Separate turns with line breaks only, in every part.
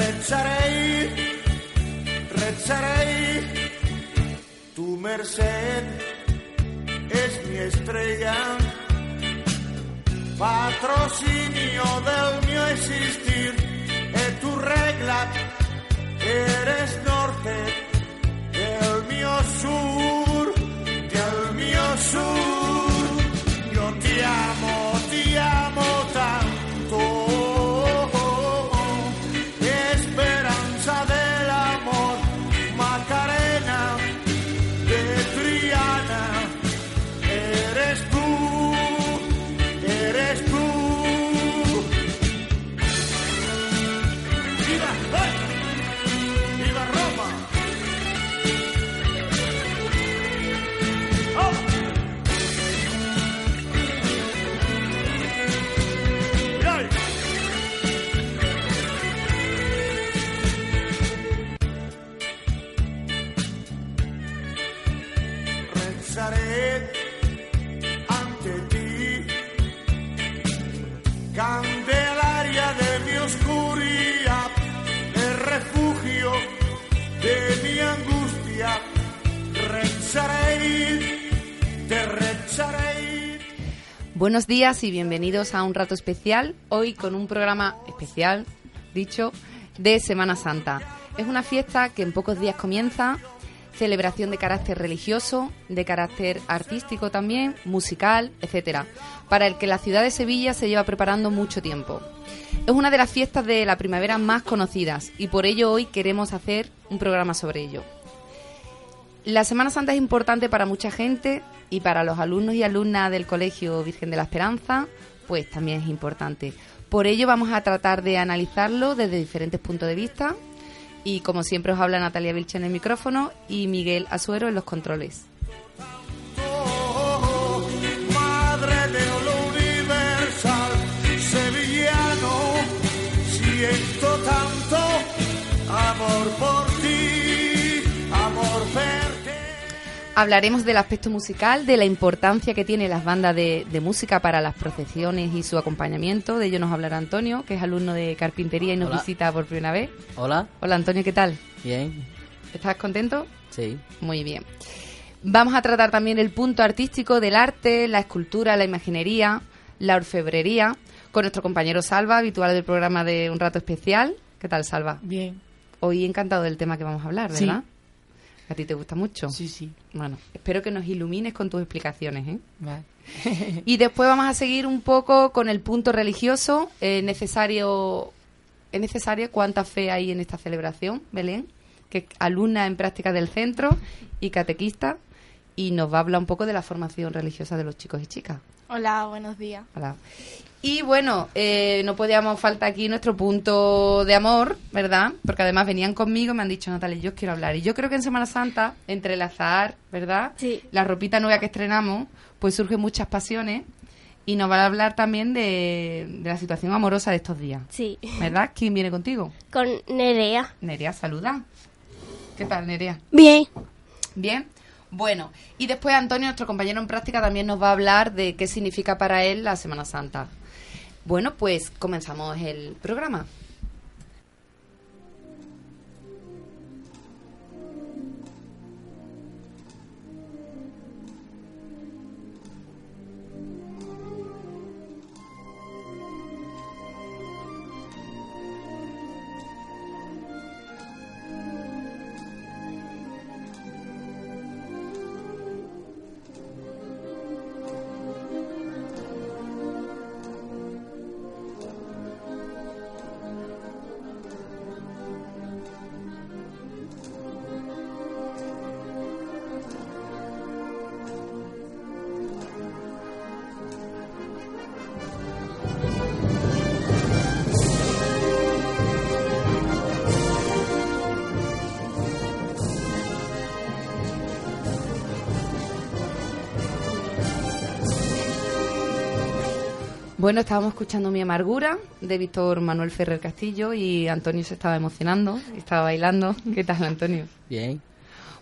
rezaré, rezaré. Tu merced es mi estrella, patrocinio del mío existir. En tu regla eres norte, del mío sur, del mío sur. Yo te amo, te amo tanto. Esperanza del amor, Macarena de Triana. Eres tú, eres tú. ¡Viva! ¡Ay! ¡Viva Roma! ¡Oh! ¡Ay! Rezaré ante ti, Candelaria de mi oscuridad, el refugio de mi angustia. Rezaré, te rezaré.
Buenos días y bienvenidos a un rato especial, hoy con un programa especial, dicho, de Semana Santa. Es una fiesta que en pocos días comienza, celebración de carácter religioso, de carácter artístico también, musical, etcétera, para el que la ciudad de Sevilla se lleva preparando mucho tiempo. Es una de las fiestas de la primavera más conocidas y por ello hoy queremos hacer un programa sobre ello. La Semana Santa es importante para mucha gente y para los alumnos y alumnas del Colegio Virgen de la Esperanza, pues también es importante. Por ello vamos a tratar de analizarlo desde diferentes puntos de vista y como siempre os habla Natalia Vilche en el micrófono y Miguel Azuero en los controles.
Oh, madre de lo universal, sevillano, siento tanto amor por ti, amor verte.
Hablaremos del aspecto musical, de la importancia que tienen las bandas de, de música para las procesiones y su acompañamiento. De ello nos hablará Antonio, que es alumno de carpintería y nos
Hola.
visita por primera vez.
Hola,
Hola Antonio, ¿qué tal?
bien,
¿Estás contento?
sí.
Muy bien. Vamos a tratar también el punto artístico del arte, la escultura, la imaginería, la orfebrería, con nuestro compañero Salva, habitual del programa de Un Rato Especial. ¿Qué tal, Salva?
Bien,
Hoy encantado del tema que vamos a hablar,
Sí.
¿verdad? A ti te gusta mucho.
sí, sí.
Bueno, espero que nos ilumines con tus explicaciones, ¿eh?
Vale.
Y después vamos a seguir un poco con el punto religioso. Eh, necesario, ¿Es necesaria cuánta fe hay en esta celebración, Belén? Que es alumna en práctica del centro y catequista. Y nos va a hablar un poco de la formación religiosa de los chicos y chicas.
Hola, buenos días.
Hola. Y bueno, eh, no podíamos faltar aquí nuestro punto de amor, ¿verdad? Porque además venían conmigo y me han dicho, Natalia, yo os quiero hablar. Y yo creo que en Semana Santa, entrelazar, ¿verdad?
Sí.
La ropita nueva que estrenamos, pues surgen muchas pasiones. Y nos va a hablar también de, de la situación amorosa de estos días.
Sí,
¿Verdad? ¿Quién viene contigo?
con Nerea.
Nerea, saluda. ¿Qué tal, Nerea?
Bien.
Bien. Bueno, y después Antonio, nuestro compañero en práctica, también nos va a hablar de qué significa para él la Semana Santa. Bueno, pues comenzamos el programa. Bueno, estábamos escuchando Mi Amargura de Víctor Manuel Ferrer Castillo y Antonio se estaba emocionando, estaba bailando. ¿Qué tal, Antonio?
Bien,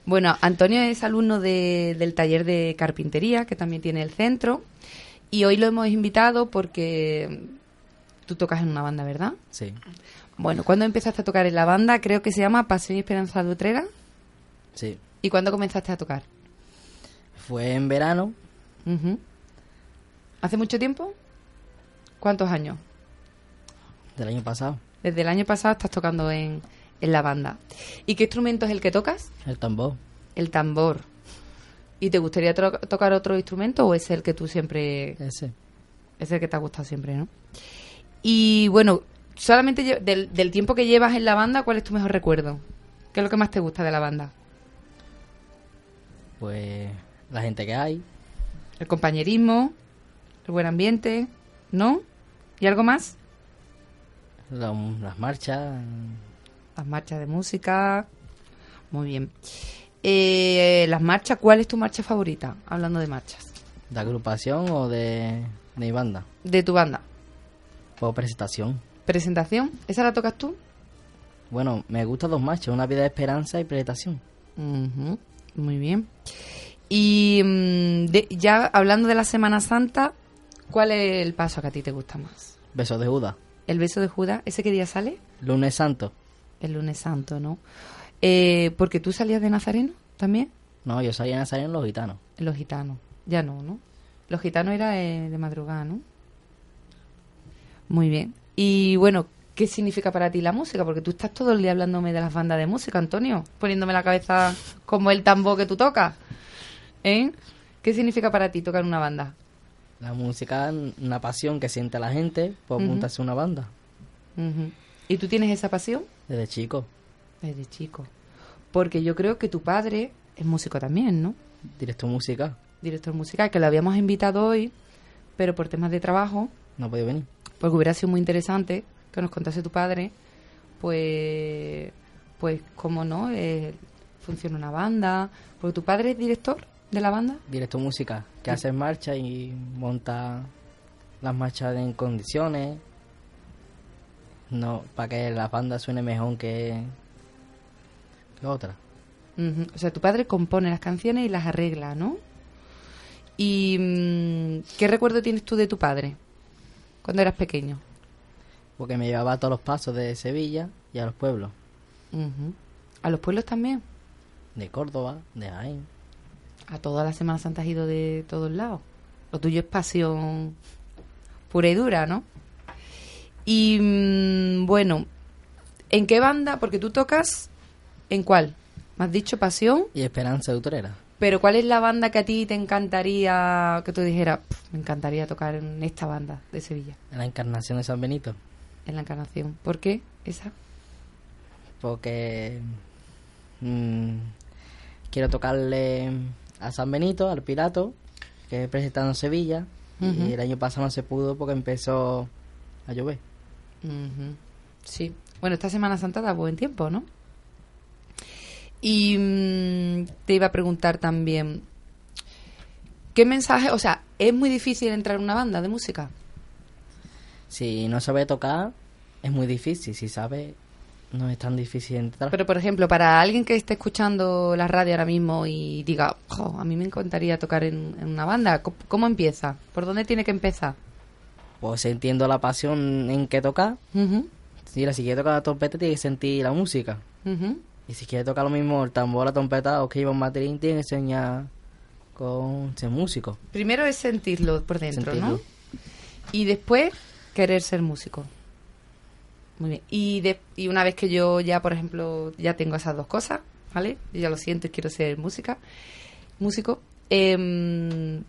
Bueno, Antonio es alumno de- del taller de carpintería que también tiene el centro y hoy lo hemos invitado porque tú tocas en una banda, ¿verdad?
sí.
Bueno, ¿cuándo empezaste a tocar en la banda? Creo que se llama Pasión y Esperanza Lutrera.
Sí.
¿Y cuándo comenzaste a tocar?
Fue en verano,
Ujú. ¿Hace mucho tiempo? ¿Cuántos años?
del año pasado.
Desde el año pasado estás tocando en, en la banda. ¿Y qué instrumento es el que tocas?
El tambor.
El tambor. ¿Y te gustaría tro- tocar otro instrumento o es el que tú siempre...
Ese.
Es el que te ha gustado siempre, ¿no? Y bueno, solamente lle- del, del tiempo que llevas en la banda, ¿cuál es tu mejor recuerdo? ¿Qué es lo que más te gusta de la banda?
Pues la gente que hay.
El compañerismo, el buen ambiente, ¿no? ¿Y algo más?
la- las marchas.
Las marchas de música. Muy bien. Eh, las marchas, ¿cuál es tu marcha favorita? Hablando de marchas.
¿De agrupación o de, de mi banda?
De tu banda.
Por presentación.
Presentación, ¿esa la tocas tú?
Bueno, me gustan dos marchas, una vida de esperanza y presentación.
Ujú, Muy bien. Y mm, de- ya hablando de la Semana Santa, ¿cuál es el paso que a ti te gusta más?
Besos de Judas.
El beso de Judas, ¿ese qué día sale?
Lunes Santo.
El lunes santo, ¿no? Eh, porque tú salías de Nazareno también,
No, yo salía en Nazareno los gitanos.
los gitanos. Ya no, ¿no? Los gitanos era eh, de madrugada, ¿no? Muy bien. Y bueno, ¿qué significa para ti la música? Porque tú estás todo el día hablándome de las bandas de música, Antonio, poniéndome la cabeza como el tambo que tú tocas. ¿Eh? ¿Qué significa para ti tocar una banda?
La música es una pasión que siente la gente por
Ujú.
montarse una banda.
Ujú. ¿Y tú tienes esa pasión?
Desde chico,
Desde chico. Porque yo creo que tu padre es músico también, ¿no?
directo música,
Director musical, que lo habíamos invitado hoy, pero por temas de trabajo
no ha podido venir.
porque hubiera sido muy interesante que nos contase tu padre, pues, pues cómo no, eh, funciona una banda, porque tu padre es director de la banda.
Directo música, que hace marcha y monta las marchas en condiciones. No, para que la banda suene mejor que, que otra.
Ujú. O sea, tu padre compone las canciones y las arregla, ¿no? ¿Y mm, qué recuerdo tienes tú de tu padre cuando eras pequeño?
Porque me llevaba a todos los pasos de Sevilla y a los pueblos.
Ujú. ¿A los pueblos también?
De Córdoba, de Jaén.
A todas las Semanas Santas has ido de todos lados. Lo tuyo es pasión pura y dura, ¿no? Y mm, bueno, ¿en qué banda? Porque tú tocas, ¿en cuál? Me has dicho pasión,
Y Esperanza de Utrera.
pero ¿cuál es la banda que a ti te encantaría, que tú dijeras, "Pff, me encantaría tocar en esta banda de Sevilla,
La encarnación de San Benito.
en la Encarnación? ¿Por qué esa?
porque mm, quiero tocarle a San Benito, al Pirato, que he presentado en Sevilla,
Ujú.
y el año pasado no se pudo porque empezó a llover.
Ujú. Sí. Bueno, esta Semana Santa da buen tiempo, ¿no? Y mm, te iba a preguntar también, ¿qué mensaje, o sea, es muy difícil entrar en una banda de música?
Si no sabe tocar, es muy difícil, si sabe, no es tan difícil entrar.
Pero, por ejemplo, para alguien que esté escuchando la radio ahora mismo y diga, "Jo, a mí me encantaría tocar en, en una banda, ¿cómo, cómo empieza? ¿Por dónde tiene que empezar?
pues entiendo la pasión en que tocar,
Ujú,
si, si quiere tocar la trompeta tiene que sentir la música.
ujú.
Y si quiere tocar lo mismo el tambor, la trompeta o que lleva un baterín, tiene que enseñar con ser músico.
Primero es sentirlo por dentro, ¿no?
Sentirlo.
Y después querer ser músico. Muy bien. Y, de- y una vez que yo ya, por ejemplo, ya tengo esas dos cosas, ¿vale? Yo ya lo siento y quiero ser música, músico. em,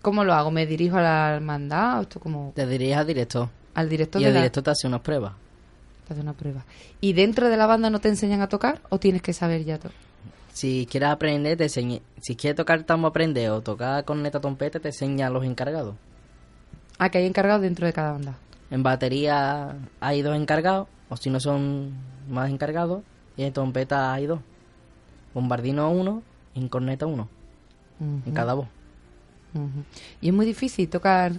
¿Cómo lo hago? ¿Me dirijo a la hermandad o esto como
Te dirías al director.
al director
Y
de
el
la-
director te hace unas pruebas.
te hace una prueba? ¿Y dentro de la banda no te enseñan a tocar o tienes que saber ya todo?
Si quieres aprender, te enseñe- si quieres tocar tambor, aprende o tocar con neta trompeta, te enseña a los encargados.
Ah, que hay encargado dentro de cada banda.
En batería hay dos encargados, o si no son más encargados, y en trompeta hay dos. Bombardino uno, y en corneta uno, en
Ujú.
cada voz.
Ujú. Y es muy difícil tocar,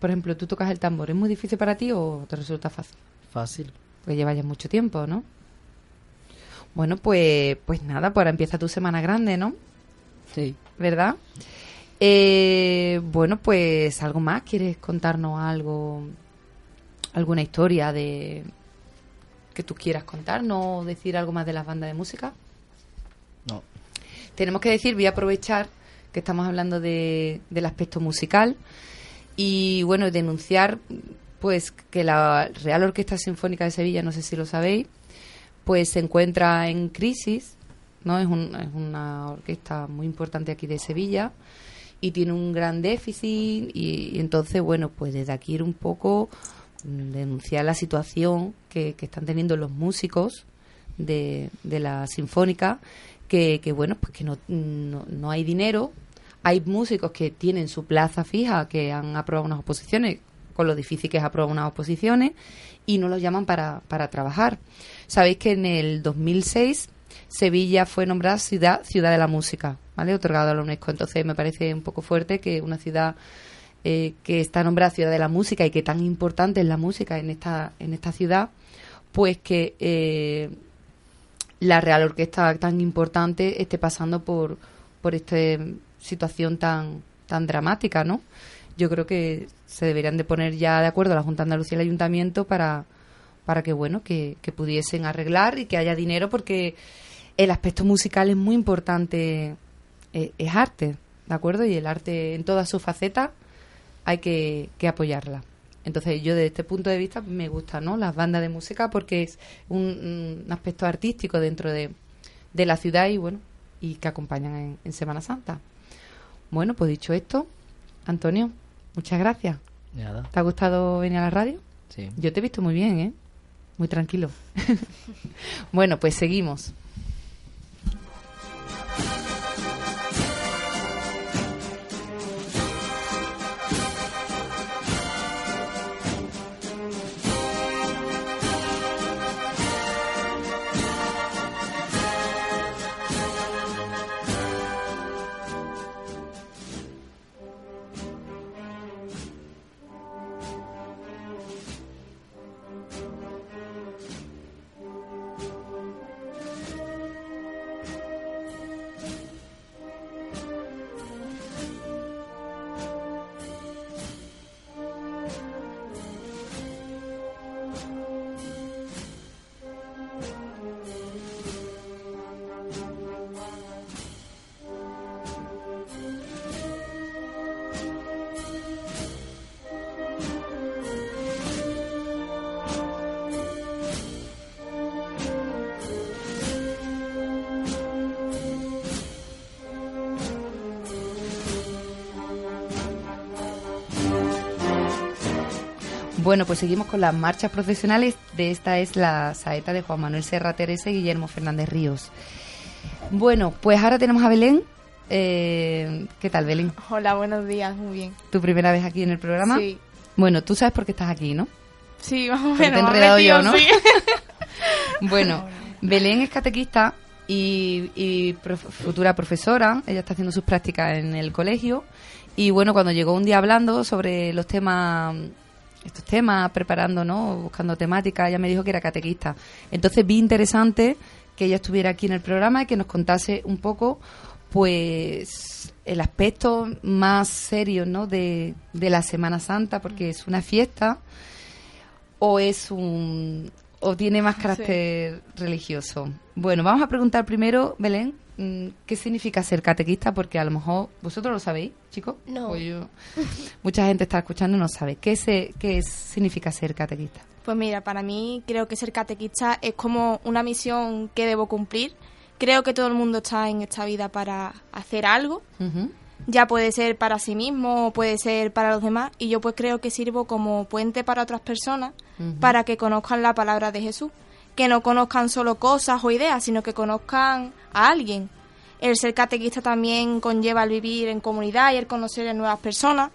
por ejemplo, tú tocas el tambor, ¿es muy difícil para ti o te resulta fácil?
Fácil.
Porque llevas pues ya mucho tiempo, ¿no? Bueno, pues, pues nada, pues ahora empieza tu semana grande, ¿no?
Sí.
¿Verdad? Eh, bueno, pues algo más, ¿quieres contarnos algo? ¿Alguna historia de, que tú quieras contarnos o decir algo más de las bandas de música.
No.
Tenemos que decir, voy a aprovechar que estamos hablando de, del aspecto musical y bueno, denunciar pues que la Real Orquesta Sinfónica de Sevilla, no sé si lo sabéis, pues se encuentra en crisis, ¿no? Es, un- es una orquesta muy importante aquí de Sevilla y tiene un gran déficit y, y entonces, bueno, pues desde aquí ir un poco mm, denunciar la situación que, que están teniendo los músicos de, de la sinfónica, que, que, bueno, pues que no, no, no hay dinero, hay músicos que tienen su plaza fija, que han aprobado unas oposiciones, con lo difícil que es aprobar unas oposiciones, y no los llaman para, para trabajar. Sabéis que en el 2006 Sevilla fue nombrada ciudad, ciudad de la música, ¿vale? Otorgado a la UNESCO. Entonces me parece un poco fuerte que una ciudad eh, que está nombrada ciudad de la música y que tan importante es la música en esta, en esta ciudad, pues que eh, la Real Orquesta tan importante esté pasando por, por esta situación tan, tan dramática, ¿no? Yo creo que se deberían de poner ya de acuerdo la Junta de Andalucía y el Ayuntamiento para, para que, bueno, que, que pudiesen arreglar y que haya dinero porque el aspecto musical es muy importante, eh, es arte, ¿de acuerdo? Y el arte en todas sus facetas hay que, que apoyarla. Entonces yo desde este punto de vista me gusta, ¿no? Las bandas de música porque es un, un aspecto artístico dentro de, de la ciudad y bueno, y que acompañan en, en Semana Santa. Bueno, pues dicho esto, Antonio, muchas gracias.
Nada.
¿Te ha gustado venir a la radio?
Sí.
Yo te he visto muy bien, ¿eh? Muy tranquilo. bueno, pues seguimos. Bueno, pues seguimos con las marchas profesionales. De esta es la saeta de Juan Manuel Serra Teresa y Guillermo Fernández Ríos. Bueno, pues ahora tenemos a Belén. Eh, ¿Qué tal, Belén?
Hola, buenos días, muy bien.
¿Tu primera vez aquí en el programa?
Sí,
Bueno, tú sabes por qué estás aquí, ¿no?
sí, más o menos.
Porque te he
me has
enredado yo,
metido,
¿no?
sí.
Bueno, Belén es catequista y, y prof- futura profesora. Ella está haciendo sus prácticas en el colegio. Y bueno, cuando llegó un día hablando sobre los temas, estos temas, preparando, ¿no? Buscando temáticas, ella me dijo que era catequista. Entonces vi interesante que ella estuviera aquí en el programa y que nos contase un poco, pues, el aspecto más serio, ¿no? De, de la Semana Santa, porque es una fiesta o es un o tiene más carácter religioso. Bueno, vamos a preguntar primero, Belén, mm, ¿qué significa ser catequista? Porque a lo mejor vosotros lo sabéis, chicos.
No.
O yo- mucha gente está escuchando y no sabe qué se, qué es- significa ser catequista.
Pues mira, para mí creo que ser catequista es como una misión que debo cumplir. Creo que todo el mundo está en esta vida para hacer algo.
Ujú.
Ya puede ser para sí mismo o puede ser para los demás. Y yo pues creo que sirvo como puente para otras personas
Ujú.
para que conozcan la palabra de Jesús. Que no conozcan solo cosas o ideas, sino que conozcan a alguien. El ser catequista también conlleva el vivir en comunidad y el conocer a nuevas personas.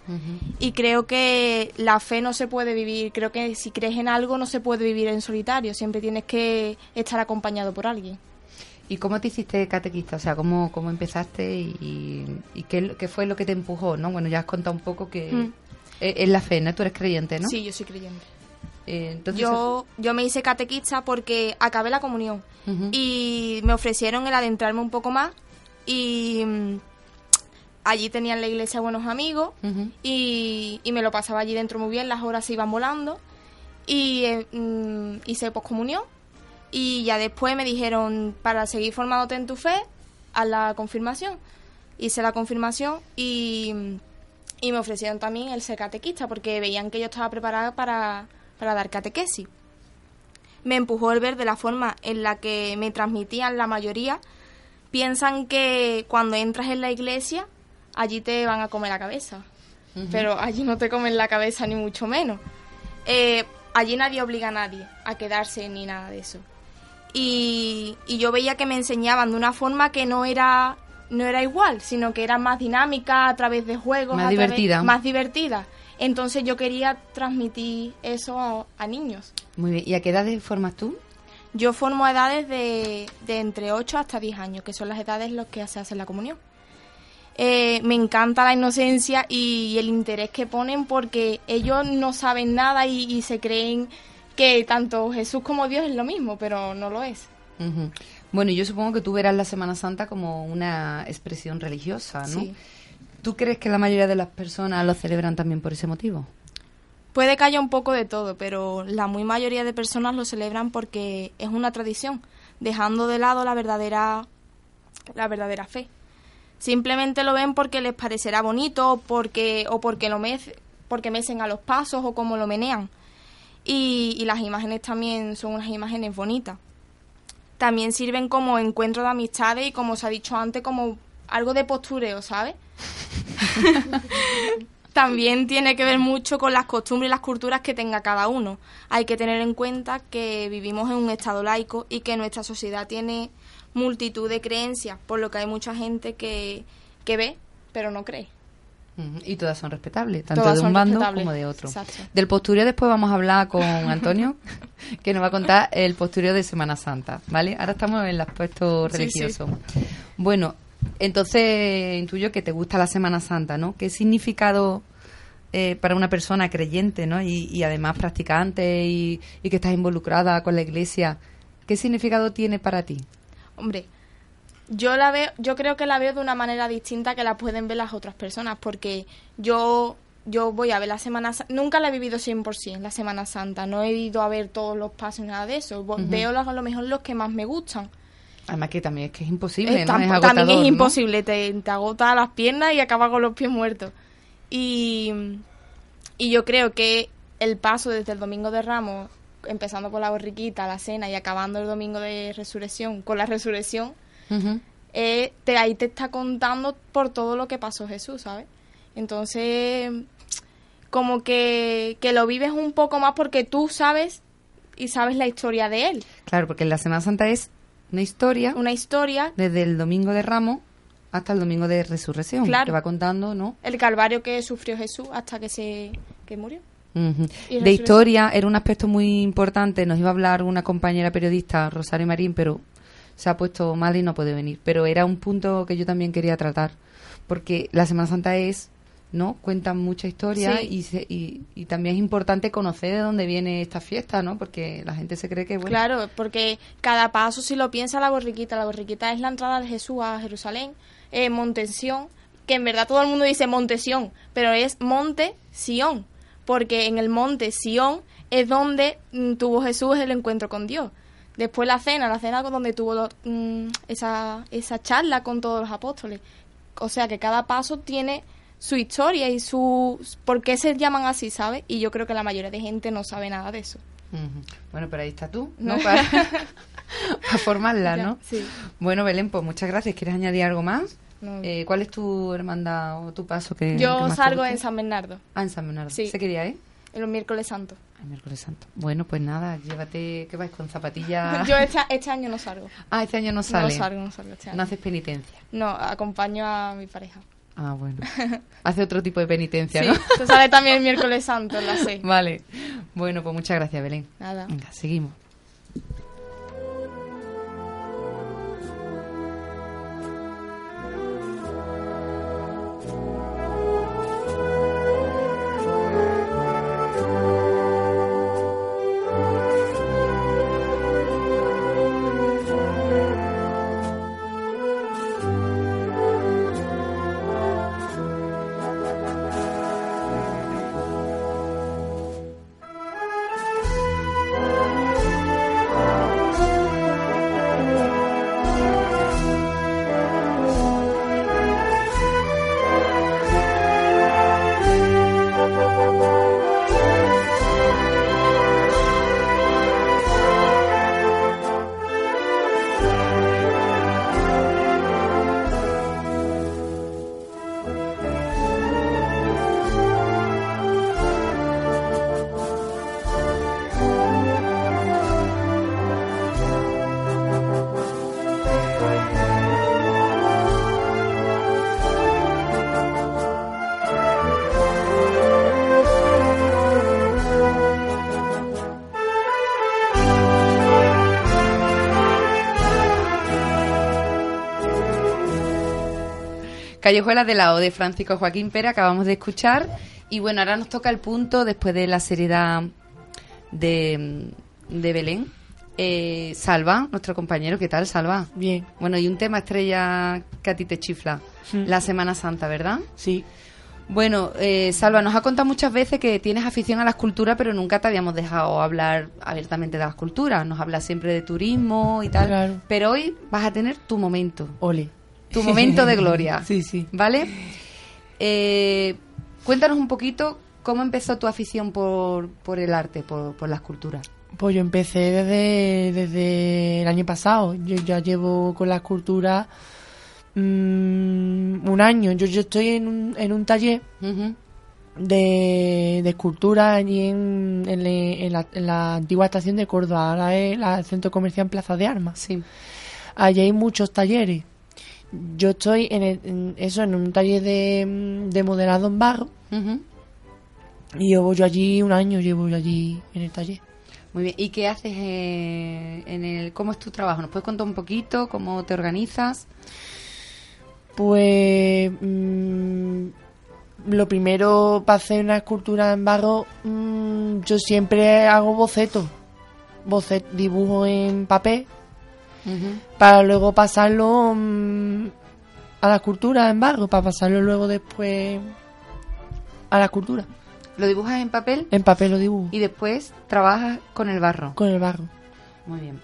Y creo que la fe no se puede vivir, creo que si crees en algo no se puede vivir en solitario, siempre tienes que estar acompañado por alguien.
¿Y cómo te hiciste catequista? O sea, ¿cómo, cómo empezaste y, y qué, lo- qué fue lo que te empujó? ¿no? Bueno, ya has contado un poco que
Mm.
es, es la fe, ¿no? Tú eres creyente, Eh, ¿no?
Sí, yo soy creyente.
Eh, entonces,
Yo, yo me hice catequista porque acabé la comunión
Ujú.
y me ofrecieron el adentrarme un poco más y mm, allí tenían la iglesia buenos amigos
Ujú.
y, y me lo pasaba allí dentro muy bien, las horas se iban volando y eh, mm, hice poscomunión Y ya después me dijeron, para seguir formándote en tu fe, a la confirmación. Hice la confirmación y, mm, y me ofrecieron también el ser catequista porque veían que yo estaba preparada para, para dar catequesis. Me empujó el ver de la forma en la que me transmitían la mayoría. Piensan que cuando entras en la iglesia, allí te van a comer la cabeza. Pero allí no te comen la cabeza ni mucho menos. Eh, allí nadie obliga a nadie a quedarse ni nada de eso. Y, y yo veía que me enseñaban de una forma que no era, no era igual, sino que era más dinámica a través de juegos.
Más
a través-
divertida.
Más divertida. Entonces yo quería transmitir eso a, a niños.
Muy bien. ¿Y a qué edades formas tú?
Yo formo a edades de, de entre 8 hasta 10 años, que son las edades en las que se hace la comunión. Eh, me encanta la inocencia y el interés que ponen porque ellos no saben nada y, y se creen que tanto Jesús como Dios es lo mismo, pero no lo es.
Ujú. Bueno, yo supongo que tú verás la Semana Santa como una expresión religiosa, ¿no?
Sí.
¿Tú crees que la mayoría de las personas lo celebran también por ese motivo?
Puede que haya un poco de todo, pero la muy mayoría de personas lo celebran porque es una tradición, dejando de lado la verdadera, la verdadera fe. Simplemente lo ven porque les parecerá bonito, porque, o porque lo mece- porque mecen a los pasos o como lo menean. Y, y las imágenes también son unas imágenes bonitas. También sirven como encuentro de amistades y como se ha dicho antes, como algo de postureo, ¿sabes? también tiene que ver mucho con las costumbres y las culturas que tenga cada uno. Hay que tener en cuenta que vivimos en un estado laico y que nuestra sociedad tiene multitud de creencias, por lo que hay mucha gente que, que ve, pero no cree.
Ujú. Y todas son respetables, tanto
Todas
de un
son
bando
respetables,
como de otro.
exacto.
Del postureo después vamos a hablar con Antonio, que nos va a contar el postureo de Semana Santa, ¿vale? Ahora estamos en el aspecto
Sí,
religioso. Bueno, entonces intuyo que te gusta la Semana Santa, ¿no? ¿Qué significado eh, para una persona creyente, ¿no? Y, y además practicante y, y que estás involucrada con la iglesia, ¿qué significado tiene para ti?
Hombre, yo la veo, yo creo que la veo de una manera distinta que la pueden ver las otras personas, porque yo yo voy a ver la Semana Santa, nunca la he vivido 100% la Semana Santa, no he ido a ver todos los pasos ni nada de eso, Vo- veo los- a lo mejor los que más me gustan.
Además que también es que es imposible,
Es
¿no?
tam-
Es
también
agotador,
es
¿no?
imposible, te, te agota las piernas y acaba con los pies muertos. Y, y yo creo que el paso desde el domingo de Ramos, empezando con la borriquita, la cena y acabando el domingo de resurrección, con la resurrección,
Ujú.
eh, te, ahí te está contando por todo lo que pasó Jesús, ¿sabes? Entonces, como que, que lo vives un poco más porque tú sabes y sabes la historia de él.
Claro, porque la Semana Santa es una historia
Una historia
desde el domingo de Ramos hasta el domingo de Resurrección,
Claro.
que va contando, ¿no?
el calvario que sufrió Jesús hasta que se que murió.
Ujú.
Y
De
resurrección.
historia era un aspecto muy importante, nos iba a hablar una compañera periodista, Rosario Marín, pero se ha puesto mal y no puede venir, pero era un punto que yo también quería tratar, porque la Semana Santa es, ¿no? Cuentan mucha historia
Sí.
y, se- y, y también es importante conocer de dónde viene esta fiesta, ¿no? Porque la gente se cree que, bueno,
Claro, porque cada paso, si lo piensa la borriquita, la borriquita es la entrada de Jesús a Jerusalén, eh, Montensión, que en verdad todo el mundo dice Montesión, pero es Monte Sión, porque en el Monte Sión es donde mm, tuvo Jesús el encuentro con Dios. Después la cena, la cena con donde tuvo lo- mm, esa, esa charla con todos los apóstoles. O sea que cada paso tiene su historia y su... ¿Por qué se llaman así, sabe? Y yo creo que la mayoría de gente no sabe nada de eso.
Ujú. Bueno, pero ahí está tú, ¿no? Para, para formarla,
Ya,
¿no?
sí.
Bueno, Belén, pues muchas gracias. ¿Quieres añadir algo más?
No.
Eh, ¿Cuál es tu hermandad o tu paso que que
Yo
más te
salgo
guste?
en San Bernardo,
Ah, en San Bernardo.
Sí.
¿Se quería, eh?
en los miércoles santos.
El miércoles santo. Bueno, pues nada, llévate, ¿qué vais? Con zapatillas.
Yo este, este año no salgo.
Ah, este año no sale.
No salgo, no salgo este año.
No haces penitencia.
No, acompaño a mi pareja.
Ah, bueno. Hace otro tipo de penitencia,
Sí,
¿no?
se sale también el miércoles santo, la sé.
Vale. Bueno, pues muchas gracias, Belén.
Nada.
Venga, seguimos. Callejuelas de la O de Francisco Joaquín Pera, acabamos de escuchar. Y bueno, ahora nos toca el punto, después de la seriedad de, de Belén. Eh, Salva, nuestro compañero, ¿qué tal, Salva?
Bien,
Bueno, y un tema estrella que a ti te chifla,
Sí.
la Semana Santa, ¿verdad?
sí.
Bueno, eh, Salva, nos ha contado muchas veces que tienes afición a las culturas, pero nunca te habíamos dejado hablar abiertamente de las culturas. Nos hablas siempre de turismo y tal.
Claro.
Pero hoy vas a tener tu momento,
Ole.
tu momento de gloria.
Sí, sí.
¿Vale? Eh, cuéntanos un poquito cómo empezó tu afición por, por el arte, por, por las culturas.
Pues yo empecé desde, desde el año pasado. Yo ya llevo con la escultura mm, un año. Yo, yo estoy en un, en un taller
Ujú.
de, de escultura allí en, en le- en la, en la antigua estación de Córdoba. Ahora es la- el centro comercial Plaza de Armas.
Sí.
Allí hay muchos talleres. Yo estoy en, el- en eso, en un taller de, mm, de modelado en barro.
Ujú.
Y llevo yo allí un año, llevo yo allí en el taller.
Muy bien. ¿Y qué haces eh, en el... ¿Cómo es tu trabajo? ¿Nos puedes contar un poquito cómo te organizas?
Pues mm, lo primero para hacer una escultura en barro, mm, yo siempre hago bocetos. Bocet, dibujo en papel
Ujú.
para luego pasarlo mm, a la escultura en barro, para pasarlo luego después a la escultura.
Lo dibujas en papel
En papel lo dibujo,
y después trabajas con el barro.
con el barro.
Muy bien.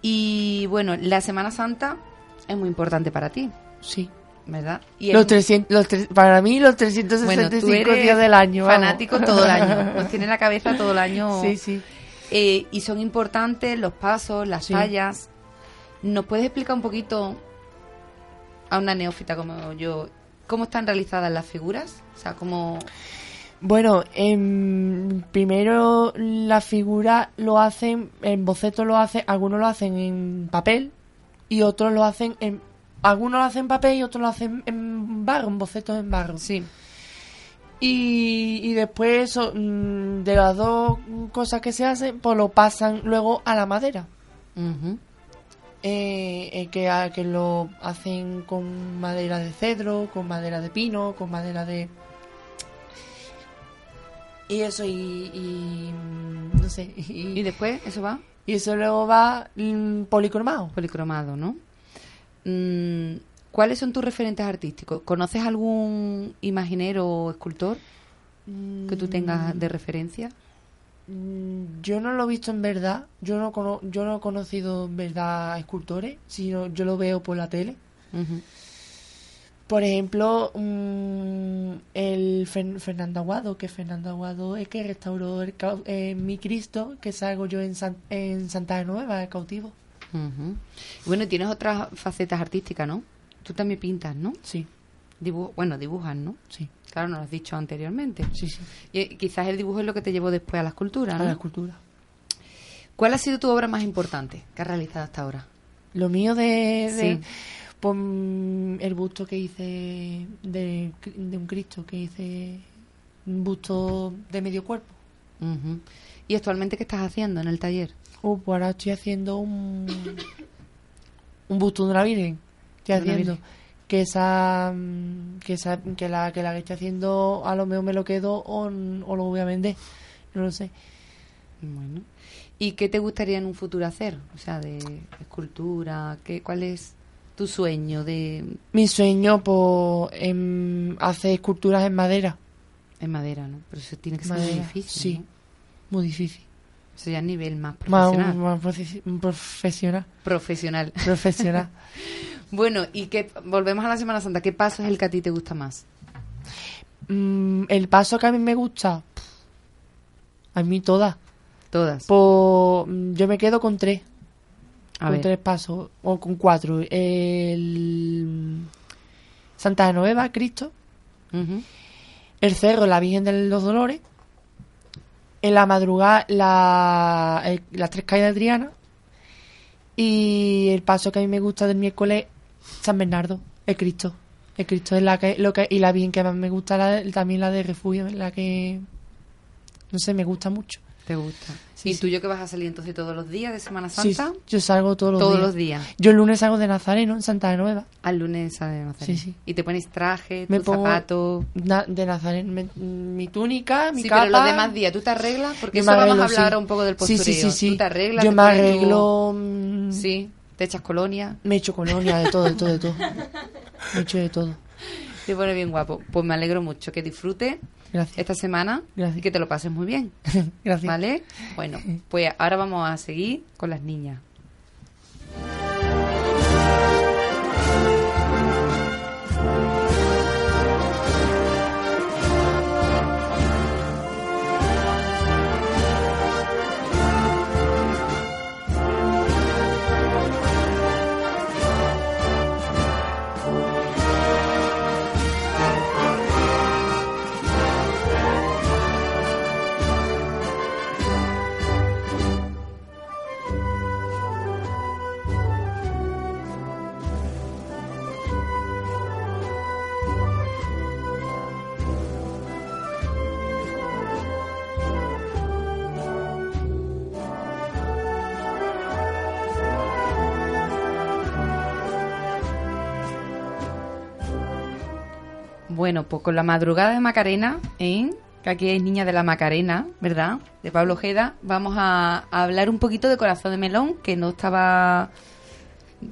Y bueno, la Semana Santa es muy importante para ti,
Sí.
¿verdad? Y
Los
es-
300, los tres- para mí los 365 días del año. vamos.
fanático todo el año. Nos tiene en la cabeza todo el año.
Sí, sí.
Eh, y son importantes los pasos, las
Sí.
tallas. ¿Nos puedes explicar un poquito a una neófita como yo cómo están realizadas las figuras? O sea, cómo...
Bueno, em, primero la figura lo hacen, en boceto lo hacen, algunos lo hacen en papel y otros lo hacen en... Algunos lo hacen en papel y otros lo hacen en barro, en bocetos en barro.
Sí.
Y, y después eso, mm, de las dos cosas que se hacen, pues lo pasan luego a la madera.
Ujú.
Eh, eh, que, a- que lo hacen con madera de cedro, con madera de pino, con madera de... Y eso, y... y, mm, no sé.
Y
Y,
después eso va
y eso luego va mm, policromado.
policromado, ¿no? Mm, ¿Cuáles son tus referentes artísticos? ¿Conoces algún imaginero o escultor que tú tengas de referencia?
Mm, Yo no lo he visto en verdad. Yo no, cono- yo no he conocido en verdad escultores, sino yo lo veo por la tele.
Ujú.
Por ejemplo, mm, el Fer- Fernando Aguado, que Fernando Aguado es que restauró el cau- eh, mi Cristo, que salgo yo en, San- en Santa Nueva, el cautivo.
Ujú. Bueno, tienes otras facetas artísticas, ¿no? Tú también pintas, ¿no?
Sí,
Dibu- bueno, dibujas, ¿no?
sí,
Claro, nos lo has dicho anteriormente.
sí, sí.
Y eh, quizás el dibujo es lo que te llevó después a la escultura,
A
¿no?
la escultura.
¿Cuál ha sido tu obra más importante que has realizado hasta ahora?
Lo mío de, de-
Sí.
pues, mm, el busto que hice de, de un Cristo, que hice un busto de medio cuerpo.
Ujú. ¿Y actualmente qué estás haciendo en el taller?
Uh, pues ahora estoy haciendo un, un busto de una virgen. Estoy
De una
haciendo
virgen.
que esa, mm, que esa que la que la que estoy haciendo a lo mejor me lo quedo o, n- o lo voy a vender. No lo sé.
Bueno. ¿Y qué te gustaría en un futuro hacer? O sea, de escultura, ¿qué, ¿cuál es tu sueño de
Mi sueño pues em, hacer esculturas en madera,
en madera, no? Pero eso tiene que ser muy
Madera,
difícil,
sí.
¿no?
muy difícil.
Eso ya a nivel más
Más,
profesional.
más profe- profesional,
Profesional.
profesional.
Bueno, y que volvemos a la Semana Santa. ¿Qué paso es el que a ti te gusta más?
Mm, el paso que a mí me gusta, a mí todas.
Todas.
Pues mm, yo me quedo con tres.
a
con
ver.
tres pasos, o con cuatro. El Santa Genoveva, Cristo.
Ujú.
El cerro, la Virgen de los Dolores. En la madrugada, la, el- las tres calles de Adriana. Y el paso que a mí me gusta del miércoles, San Bernardo, el Cristo. El Cristo es la que, lo que y la Virgen que más me gusta, la, también la de refugio, la que, no sé, me gusta mucho.
Te gusta.
Sí,
¿Y
sí.
tú yo que vas a salir entonces todos los días de Semana
Sí,
Santa?
yo salgo todos los
todos
días.
los días.
Yo el lunes salgo de Nazareno, en Santa Nueva.
Al lunes sale la cena.
Sí, sí.
Y te pones traje,
Me
tu
pongo
zapato.
na- de Nazareno, me- mi túnica, mi
sí,
capa.
pero los demás días, ¿tú te arreglas? Porque
Yo
eso
me
vamos a
arreglo,
hablar
sí.
ahora un poco del
Sí,
postureo.
sí, sí, sí.
¿Tú te arreglas?
Yo
te
me
pones tu-
arreglo. mm,
Sí, te echas colonia,
Me echo colonia, de todo, de todo, de todo. Me echo de todo.
te pones bien guapo. Pues me alegro mucho que disfrutes
Gracias.
esta semana
Gracias.
y que te lo pases muy bien.
Gracias.
¿Vale? Bueno, pues ahora vamos a seguir con las niñas. Bueno, pues con la madrugada de Macarena, ¿eh? que aquí es Niña de la Macarena, ¿verdad? De Pablo Ojeda, vamos a, a hablar un poquito de Corazón de Melón, que no estaba...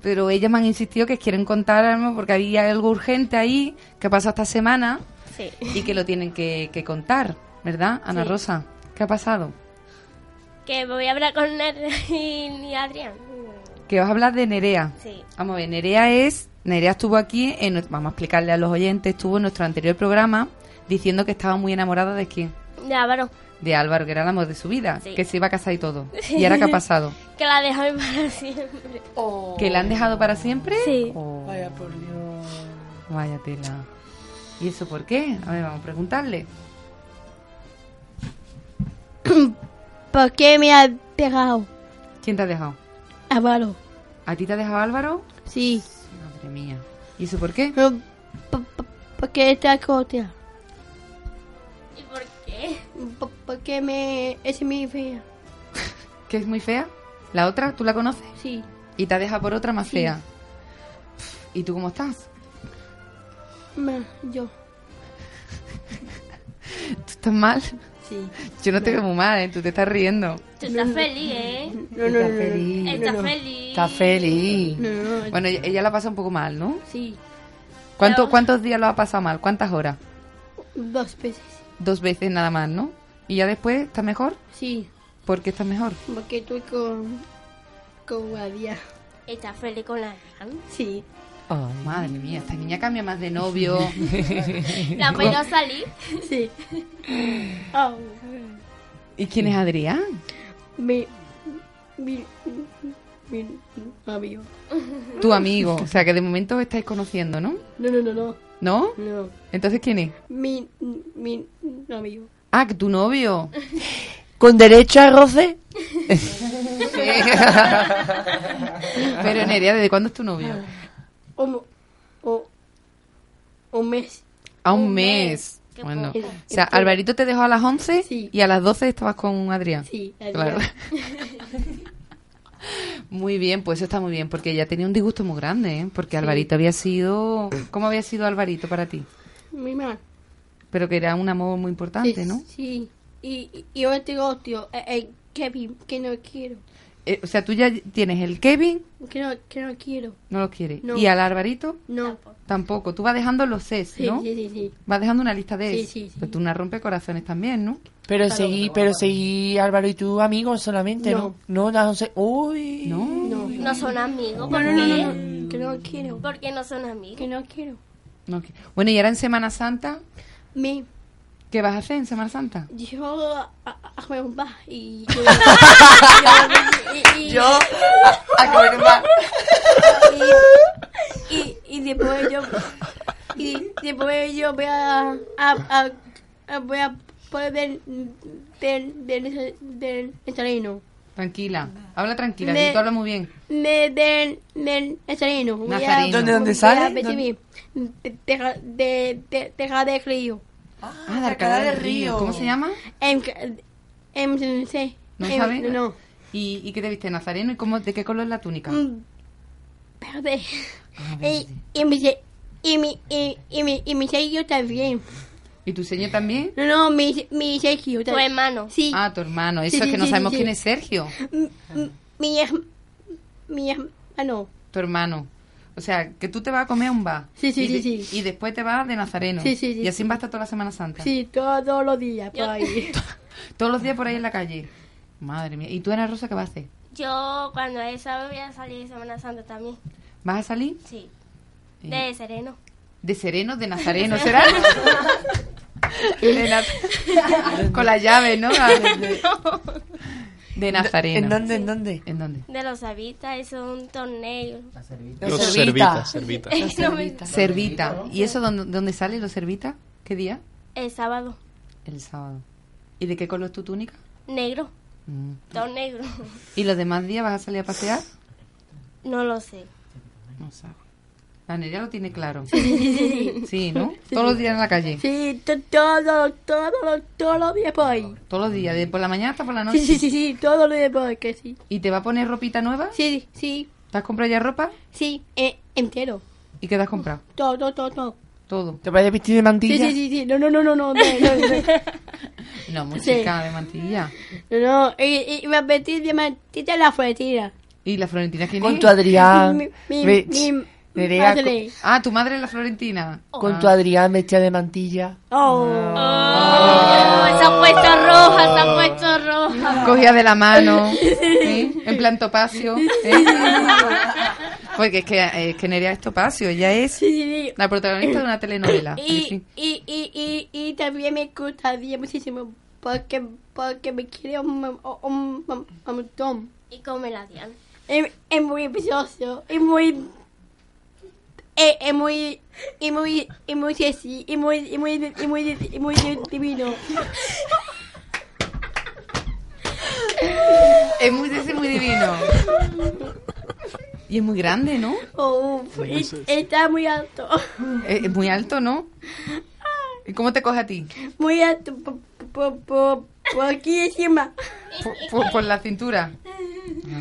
Pero ellas me han insistido que quieren contar algo porque había algo urgente ahí que ha pasado esta semana
Sí.
y que lo tienen que, que contar, ¿verdad, Ana
Sí.
Rosa? ¿Qué ha pasado?
Que voy a hablar con Ner y Adrián.
Que vas a hablar de Nerea.
Sí.
Vamos a ver, Nerea es. Nerea estuvo aquí, en, nuestro- vamos a explicarle a los oyentes, estuvo en nuestro anterior programa diciendo que estaba muy enamorada de quién.
De Álvaro,
De Álvaro, que era el amor de su vida,
Sí.
que se iba a casar y todo. ¿Y ahora qué ha pasado?
que la dejo ahí para siempre.
¿Que la han dejado para siempre? Oh.
Sí.
O-
Vaya por Dios.
Vaya tela. ¿Y eso por qué? A ver, vamos a preguntarle.
¿Por qué me has pegado?
¿Quién te ha dejado?
Álvaro.
¿A ti te ha dejado Álvaro?
Sí.
Madre mía. ¿Y eso por qué?
Porque está cotea. ¿Y por qué? Porque me. Es mi fea.
¿Que es muy fea? ¿La otra? ¿Tú la conoces?
Sí.
¿Y te ha dejado por otra más
Sí.
fea? Pf, ¿Y tú cómo estás?
yo.
¿Tú estás mal?
Sí.
Yo no te veo muy mal, ¿eh? Tú te estás riendo.
Tú estás feliz, ¿eh?
No, no, feliz.
Estás feliz.
Está feliz.
Bueno, ella- ella la pasa un poco mal, ¿no?
Sí.
¿Cuánto,
Pero-
¿Cuántos días lo ha pasado mal? ¿Cuántas horas?
Dos veces.
Dos veces nada más, ¿no? ¿Y ya después está mejor?
Sí.
¿Por qué está mejor?
Porque estoy con. con Adrián. ¿Estás feliz con Adrián? Sí.
Ay.
Oh, Madre mía, esta niña cambia más de novio.
¿La puedo salir? Sí. Oh,
¿Y quién es Adrián?
mi. mi. mi amigo.
Tu amigo. O sea, que de momento os estáis conociendo, ¿no?
No, no, no, no.
¿No?
No.
Entonces, ¿quién es?
Mi. mi amigo.
Ah, que tu novio.
¿Con derecho a roce?
Pero Nerea, ¿desde cuándo es tu novio?
Un. Ah. o. un mes.
A un,
Un
mes.
mes.
Bueno,
poco.
o sea, Alvarito te dejó a las 11
Sí.
y a las 12 estabas con Adrián.
Sí,
Claro.
Adrián.
Muy bien, pues eso está muy bien, porque ella tenía un disgusto muy grande, ¿eh? porque Alvarito había sido... ¿Cómo había sido Alvarito para ti?
Mi mal.
Pero que era un amor muy importante,
Sí,
¿no?
Sí. Y, y- y yo tengo otro, eh, eh, Kevin, que no quiero.
Eh, o sea, tú ya tienes el Kevin,
Que no, que no quiero.
no lo quieres.
No.
Y al Alvarito,
No.
tampoco. Tú vas dejando los Cs,
Sí,
¿no?
sí, sí, sí.
Vas dejando una lista de
Sí,
Cs.
sí, sí.
Pero tú una rompecorazones también, ¿no?
Pero seguí, pero seguí Álvaro y tú amigos solamente, ¿no? No, no, sé. Uy.
No.
No. son amigos. No, no, no, Que no quiero. ¿Por qué no son amigos? Que no quiero.
No qui- Bueno, y ahora en Semana Santa,
Me,
¿qué vas a hacer en Semana Santa?
yo a, a- a comer un bar y yo... yo- y, y- y- y después yo... Y después yo voy a... a, a, a- voy a poder ver... ver... ver... ver... el terreno.
Tranquila, habla tranquila,
Me-
que tú hablas muy bien.
Me del del nazareno. Voy a-
Nazareno. ¿Dónde-
dónde
voy
sale?
a Betty Bee. De- Teja- de de- teja de río.
Ah, de Arcada del Río. ¿Cómo se llama?
En, ca- Em, no sé.
¿No
Em,
sabes?
No.
¿Y, y qué te viste, Nazareno? ¿Y cómo, de qué color es la túnica?
Mm, Verde.
Ah,
Y,
verde.
y mi se- y mi y, y mi y mi sello también.
¿Y tu señor también?
No, no, mi mi sello
Tu
también.
hermano.
Sí.
Ah, tu hermano. Eso
Sí,
es
sí,
que no
sí,
sabemos
sí, sí.
quién es Sergio,
M- m- Mi her- mi ah, hermano.
tu hermano. O sea, que tú te vas a comer a un bar.
Sí, sí,
y de-
sí, sí.
Y después te vas de Nazareno.
Sí, sí, sí,
Y así vas a estar toda la Semana Santa.
Sí, todos los días por ahí.
Todos los días por ahí en la calle. Madre mía. ¿Y tú, Ana Rosa, qué vas a hacer?
Yo cuando es sábado voy a salir de Semana Santa también.
¿Vas a salir?
Sí.
Eh,
De sereno.
De sereno, de nazareno, ¿será? De naz- Con la llave, ¿no? Ah, De nazareno.
¿En dónde? ¿En dónde?
¿En dónde?
De los habitas es un torneo.
Los
Los
Servita.
servitas, servita.
Servita. ¿Y eso dónde, dónde sale, los servita? ¿Qué día?
El sábado.
El sábado. ¿Y de qué color es tu túnica?
Negro.
Mm.
Todo negro.
¿Y los demás días vas a salir a pasear?
No lo sé.
No sabe. La Nerea lo tiene claro. Sí, ¿no? Todos los días en la calle.
Sí, to- todos todos los todos los días por ahí.
Todos los días, de por la mañana hasta por la noche.
Sí, sí, sí, sí, todos los días por ahí, que sí.
¿Y te va a poner ropita nueva?
Sí, sí,
¿Te has comprado ya ropa?
sí, eh, entero.
¿Y qué te has comprado?
Todo, todo, todo, todo.
Todo.
¿Te vas a vestir de
Sí,
mantilla?
sí, sí, sí. No, no, no, no, no, no, no, no.
No, música de mantilla.
No, no, y, y me apetí de mantita la fuetina.
¿Y la Florentina quién
Con
es?
tu Adrián.
Mi- mi-
ve-
mi Ah.
Nerea,
madre.
Ah, tu madre es la Florentina.
con, con tu Adrián vestida de mantilla.
Oh.
Oh, se ha puesto roja, se ha puesto roja.
Cogía de la mano, ¿sí? en plan topacio. ¿eh? Porque es que, es que Nerea es topacio, ella es
Sí, sí, sí.
la protagonista de una telenovela. Sí,
Y,
sí.
y, y, y, y también me gustaría muchísimo porque, porque me quiere un, mon- un, mon- un montón.
Y come la diana.
Es, es muy precioso, es muy... Es, es muy... Es muy... Es muy sexy, es muy... Es muy... Es muy... Es muy divino.
Es muy dulce, muy divino. Y es muy grande, ¿no?
Oh, es- está muy alto.
Es, es Eh, muy alto, ¿no? ¿Y cómo te coge a ti?
Muy alto. Por, por, por, por aquí encima.
Por, por- por la cintura. Ah.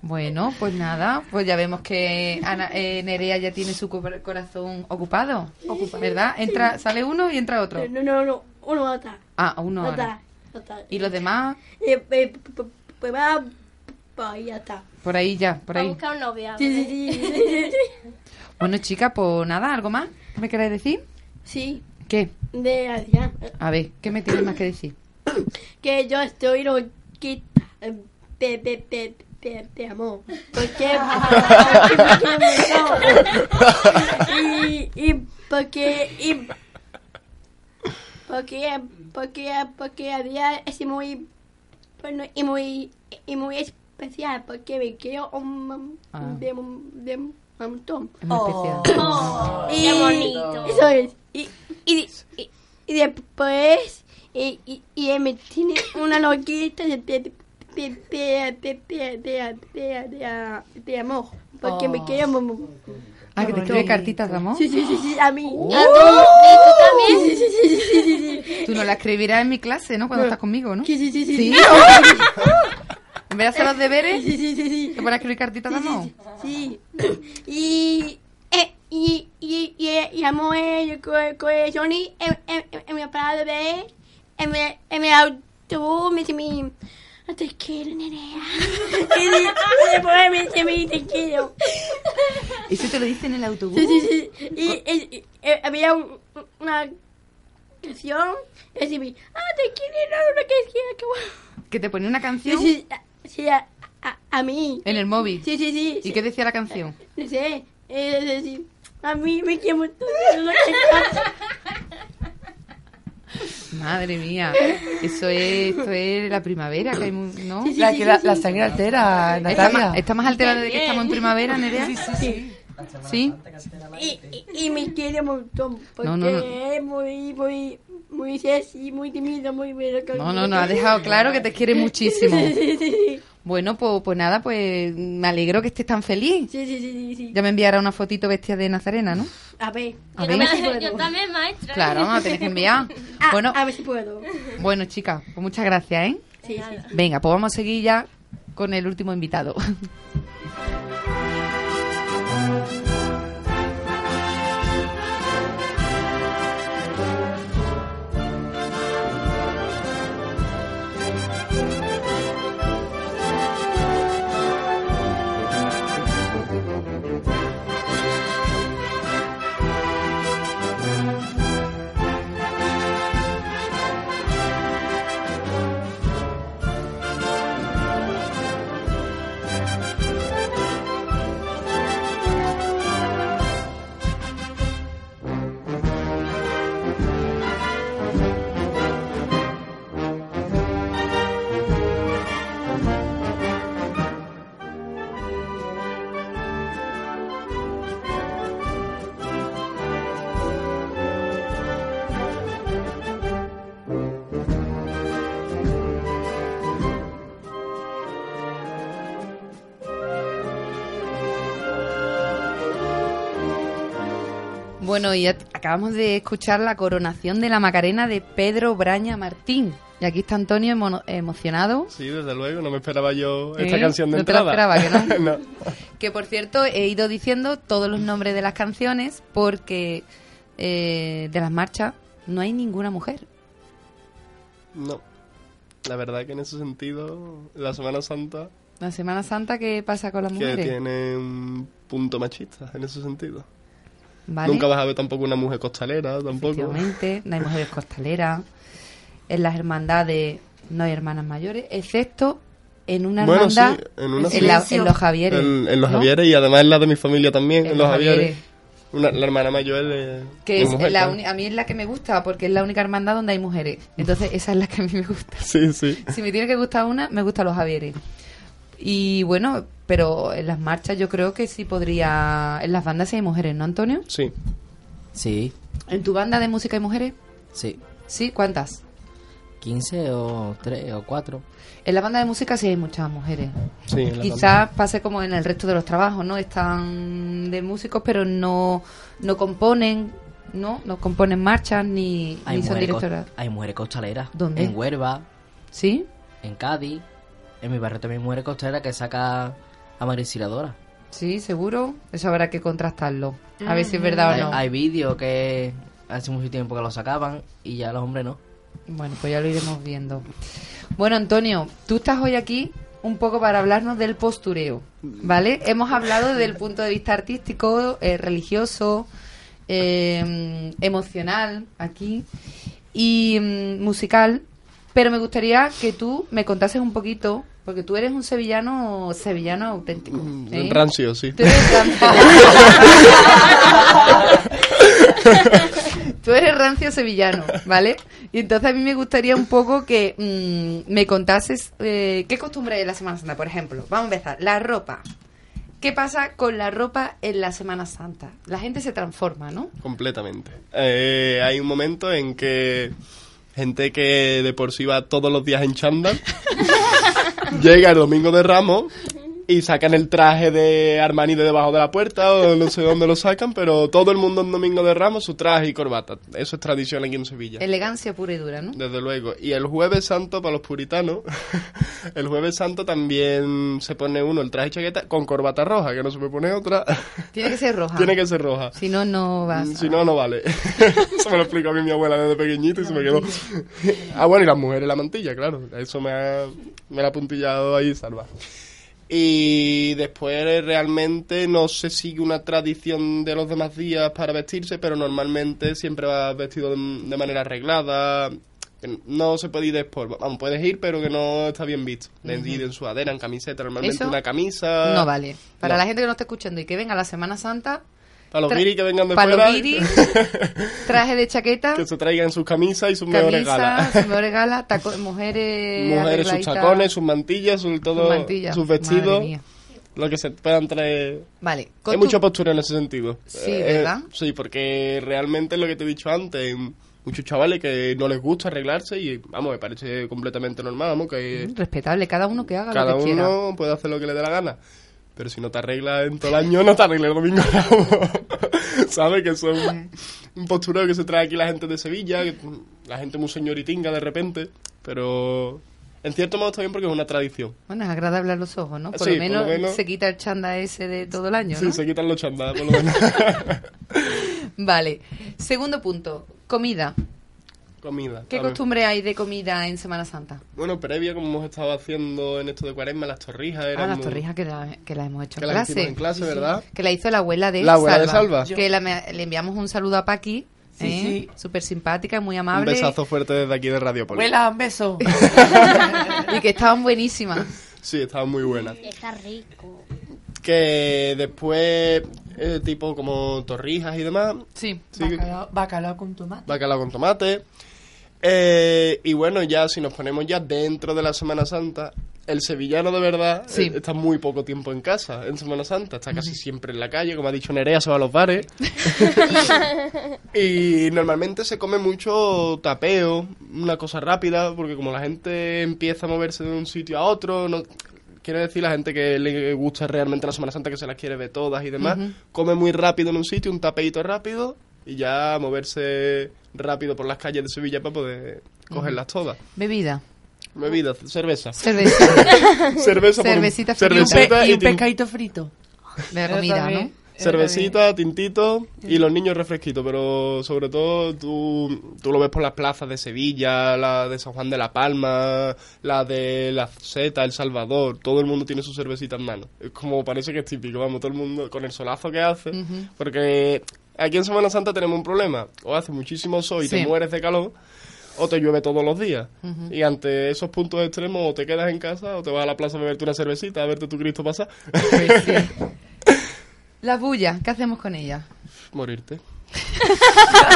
Bueno, pues nada, pues ya vemos que Ana, eh, Nerea ya tiene su co- corazón ocupado, ¿verdad? Entra, sale uno y entra otro.
No, no, no. Uno otra.
Ah, uno ahora.
Otra. Otra. Eh,
Y los demás,
Pues va... Pues ya está.
por ahí ya, por
Va a
ahí.
buscar un novio.
Sí, sí, sí.
Bueno, chica, pues nada, ¿algo más? ¿Me queréis decir?
Sí,
¿Qué?
de allá.
A ver, ¿qué me tienes más que decir?
que yo estoy loquita Eh, de, de, de, de, de amor. Porque, porque me gustó. Y, y porque, y porque, porque, porque había es muy, bueno, y muy, y muy especial, porque me quiero un, mon-
Ah.
de, mon- de un montón.
Es muy especial.
Oh, Y,
Oh, Qué bonito.
Eso es. Y, y, y- y después, y, y, y me tiene una loquita de, de, de, de, de, de, de, de, de- de amor. Porque
Oh.
me quiere amor.
Ah, que te escribe cartitas Oh. de amor.
Sí, sí, Ah, sí, sí, a mí.
¿A tú? ¿Y tú
Sí, sí,
también?
sí, sí, sí, sí, sí.
Tú no la escribirás en mi clase, ¿no? Cuando estás conmigo, ¿no?
Sí, sí, sí, sí,
Sí.
sí.
En vez de hacer los deberes,
Sí, sí, sí, sí.
te pones a escribir cartitas de amor.
Sí. Y. eh, Y, y, y, y amo el co- corazón y en, en, en, en mi padre, en mi, en mi autobús, me dice mi, te quiero, Nerea. Y de- y después me dice mi, te quiero.
Eso te lo dice en el autobús.
Sí, sí, sí. Y, y- y, eh, había un- una canción, y dice mi, ah, te quiero, no, no, que quiero, que bueno.
Que te ponía una canción
Sí, sí, a- sí, a, a, a mí.
en el móvil.
Sí, sí, sí.
¿Y qué decía la canción?
No sé, es decir, a mí me quemo todo lo
Madre mía. Eso es, esto es la primavera, que hay mu- ¿no?
Sí, sí,
la, que la, la sangre altera,
Está
Natalia.
más, está más alterada de que estamos en primavera, Nerea. Sí, sí, sí. Sí.
y, y, y me quiere un montón, porque
No, no, no.
es muy, muy, muy sexy, muy tímido, muy bueno.
No, no, no, ha dejado claro que te quiere muchísimo.
Sí, sí, sí,
Bueno, pues, pues nada, pues me alegro que estés tan feliz.
sí, sí, sí, sí, sí.
Ya me enviará una fotito bestia de Nazarena, ¿no?
A ver,
A
Yo
ver.
también, maestra.
Claro, me la tenés que enviar.
A,
Bueno.
Ah, a ver si puedo.
Bueno, chicas, pues muchas gracias, ¿eh?
Sí, sí.
Venga, pues vamos a seguir ya con el último invitado. Bueno, y at- acabamos de escuchar la coronación de la Macarena de Pedro Braña Martín. Y aquí está Antonio emo- emocionado.
Sí, desde luego, no me esperaba yo esta
¿Eh?
canción de
No te la
entrada.
esperaba, ¿que
no?
Que por cierto, he ido diciendo todos los nombres de las canciones porque eh, de las marchas no hay ninguna mujer.
no, La verdad que en ese sentido, la Semana Santa
La Semana Santa, ¿qué pasa con las
que
mujeres?
tiene un punto machista en ese sentido.
¿Vale?
Nunca vas a ver tampoco una mujer costalera, tampoco.
Efectivamente, no hay mujeres costaleras. En las hermandades no hay hermanas mayores, excepto en una
Bueno, sí,
hermandad.
en una
en, la- en los Javieres.
En, en los
¿no?
Javieres y además en la de mi familia también, en,
En
los
los
Javieres.
Javieres.
Una- la hermana mayor es
Que es
mujer,
la
claro.
uni- a mí es la que me gusta porque es la única hermandad donde hay mujeres. Entonces, esa es la que a mí me gusta.
Sí, sí.
Si me tiene que gustar una, me gustan los Javieres. Y bueno, pero en las marchas yo creo que sí podría. En las bandas sí hay mujeres, ¿no, Antonio?
Sí.
Sí,
¿En tu banda de música hay mujeres?
sí.
Sí, ¿cuántas?
15 o 3 o 4.
En la banda de música sí hay muchas mujeres.
Sí, en la
Quizás pase como en el resto de los trabajos, ¿no? Están de músicos, pero no, no componen, ¿no? No componen marchas ni,
Hay
ni
mujeres,
son
cos-
directoras.
hay mujeres costaleras.
¿Dónde?
En Huelva,
¿Sí?
en Cádiz. En mi barrio también hay mujeres costaleras que saca a Marisiladora.
Sí, seguro. Eso habrá que contrastarlo. A
Ah,
ver si es verdad
hay
o no.
hay vídeos que hace mucho tiempo que lo sacaban y ya los hombres no.
Bueno, pues ya lo iremos viendo. Bueno, Antonio, tú estás hoy aquí un poco para hablarnos del postureo, ¿vale? Hemos hablado del punto de vista artístico, eh, religioso, eh, emocional aquí y mm, musical, pero me gustaría que tú me contases un poquito, porque tú eres un sevillano sevillano auténtico.
banda.
¿eh?
Mm, Rancio, sí.
Tú eres rancio. Tú eres rancio sevillano, ¿vale? Y entonces a mí me gustaría un poco que mm, me contases eh, qué costumbre de la Semana Santa, por ejemplo. Vamos a empezar. La ropa. ¿Qué pasa con la ropa en la Semana Santa? La gente se transforma, ¿no?
Completamente. Eh, hay un momento en que gente que de por sí va todos los días en chándal llega el domingo de Ramos y sacan el traje de Armani de debajo de la puerta o no sé dónde lo sacan, pero todo el mundo en domingo de Ramos su traje y corbata. Eso es tradición aquí en Sevilla.
Elegancia pura y dura, ¿no?
Desde luego. Y el jueves santo para los puritanos, el jueves santo también se pone uno el traje y chaqueta con corbata roja, que no se me pone otra.
Tiene que ser roja.
Tiene que ser roja.
Si no, no vas.
Mm,
a-
Si no, no vale. Eso me lo explicó a mí mi abuela desde pequeñito y se me quedó. ah, bueno, y las mujeres la mantilla, claro. Eso me, ha, me la ha puntillado ahí, salva. Y después eh, realmente no se sigue una tradición de los demás días para vestirse, pero normalmente siempre vas vestido de, de manera arreglada. No se puede ir de sport. Vamos, puedes ir, pero que no está bien visto. De ir en sudadera, en camiseta, normalmente
Eso
una camisa.
No vale. Para
No.
la gente que no está escuchando y que venga la Semana Santa,
Para los
Tra-
guiris que vengan de
para los
fuera.
guiris. traje de chaqueta,
que se traigan sus camisas y sus mejores
camisa,
galas.
su mejor gala, taco- mujeres,
Mujeres, sus
arregladitas,
tacones, sus mantillas, sus, todo,
sus mantillas.
sus
Madre
vestidos,
mía.
lo que se puedan traer.
Vale, con
Hay
tu-
mucha postura en ese sentido. Eh,
Sí, ¿verdad?
Sí, porque realmente es lo que te he dicho antes. Muchos chavales que no les gusta arreglarse y, vamos, me parece completamente normal, vamos, que
respetable, cada uno que haga
cada
lo que quiera.
uno puede hacer lo que le dé la gana. Pero si no te arreglas en todo el año, no te arreglas el domingo. ¿Sabes? Que eso es un, un postureo que se trae aquí la gente de Sevilla, que la gente muy señoritinga de repente. Pero en cierto modo está bien porque es una tradición.
Bueno, es agradable a los ojos, ¿no? Por,
Sí,
lo, menos
por lo menos.
se quita el chanda ese de todo el año,
sí,
¿no?
se quitan los chandás, por lo menos.
Vale. Segundo punto, comida.
Comida.
¿Qué
también.
costumbre hay de comida en Semana Santa?
Bueno, previa, como hemos estado haciendo en esto de cuaresma, las torrijas eran.
Ah, las
muy-
torrijas que la, que la hemos hecho
Que
en
las hicimos
clase.
en clase, ¿verdad?
Que la hizo la abuela de
La abuela de
Salva.
Salva.
Que la me- le enviamos un saludo a Paqui, ¿eh? súper simpática, muy
Un
amable.
besazo fuerte desde aquí de Radio Poli.
Abuela, un beso.
Y que estaban buenísimas.
Sí, estaba muy buena.
Está rico.
Que después, eh, tipo como torrijas y demás,
Sí.
sí,
Bacalao, bacalao con tomate.
bacalao con tomate. Eh, y bueno, ya si nos ponemos ya dentro de la Semana Santa, el sevillano de verdad
Sí.
eh, está muy poco tiempo en casa en Semana Santa, está casi siempre en la calle, como ha dicho Nerea, se va a los bares. y normalmente se come mucho tapeo, una cosa rápida, porque como la gente empieza a moverse de un sitio a otro, no, quiero decir, la gente que le gusta realmente la Semana Santa, que se las quiere ver todas y demás, come muy rápido en un sitio, un tapeito rápido, y ya moverse rápido por las calles de Sevilla para poder cogerlas todas.
Bebida.
Bebidas, cerveza.
Cerveza.
cerveza por un-
Cervecita fría.
Y un, pe-
cervecita
y
y,
un
tin-
pescadito frito.
De comida, ¿no? Eh,
Cervecita, tintito y los niños refresquitos, pero sobre todo tú, tú lo ves por las plazas de Sevilla, la de San Juan de la Palma, la de La Zeta, El Salvador, todo el mundo tiene su cervecita en mano. Es como parece que es típico, vamos, todo el mundo con el solazo que hace, porque aquí en Semana Santa tenemos un problema, o hace muchísimo sol y
Sí.
te mueres de calor, o te llueve todos los días. Y ante esos puntos extremos, o te quedas en casa, o te vas a la plaza a beberte una cervecita, a verte tu Cristo pasar,
Pues sí. Las bullas, ¿qué hacemos con ellas?
morirte.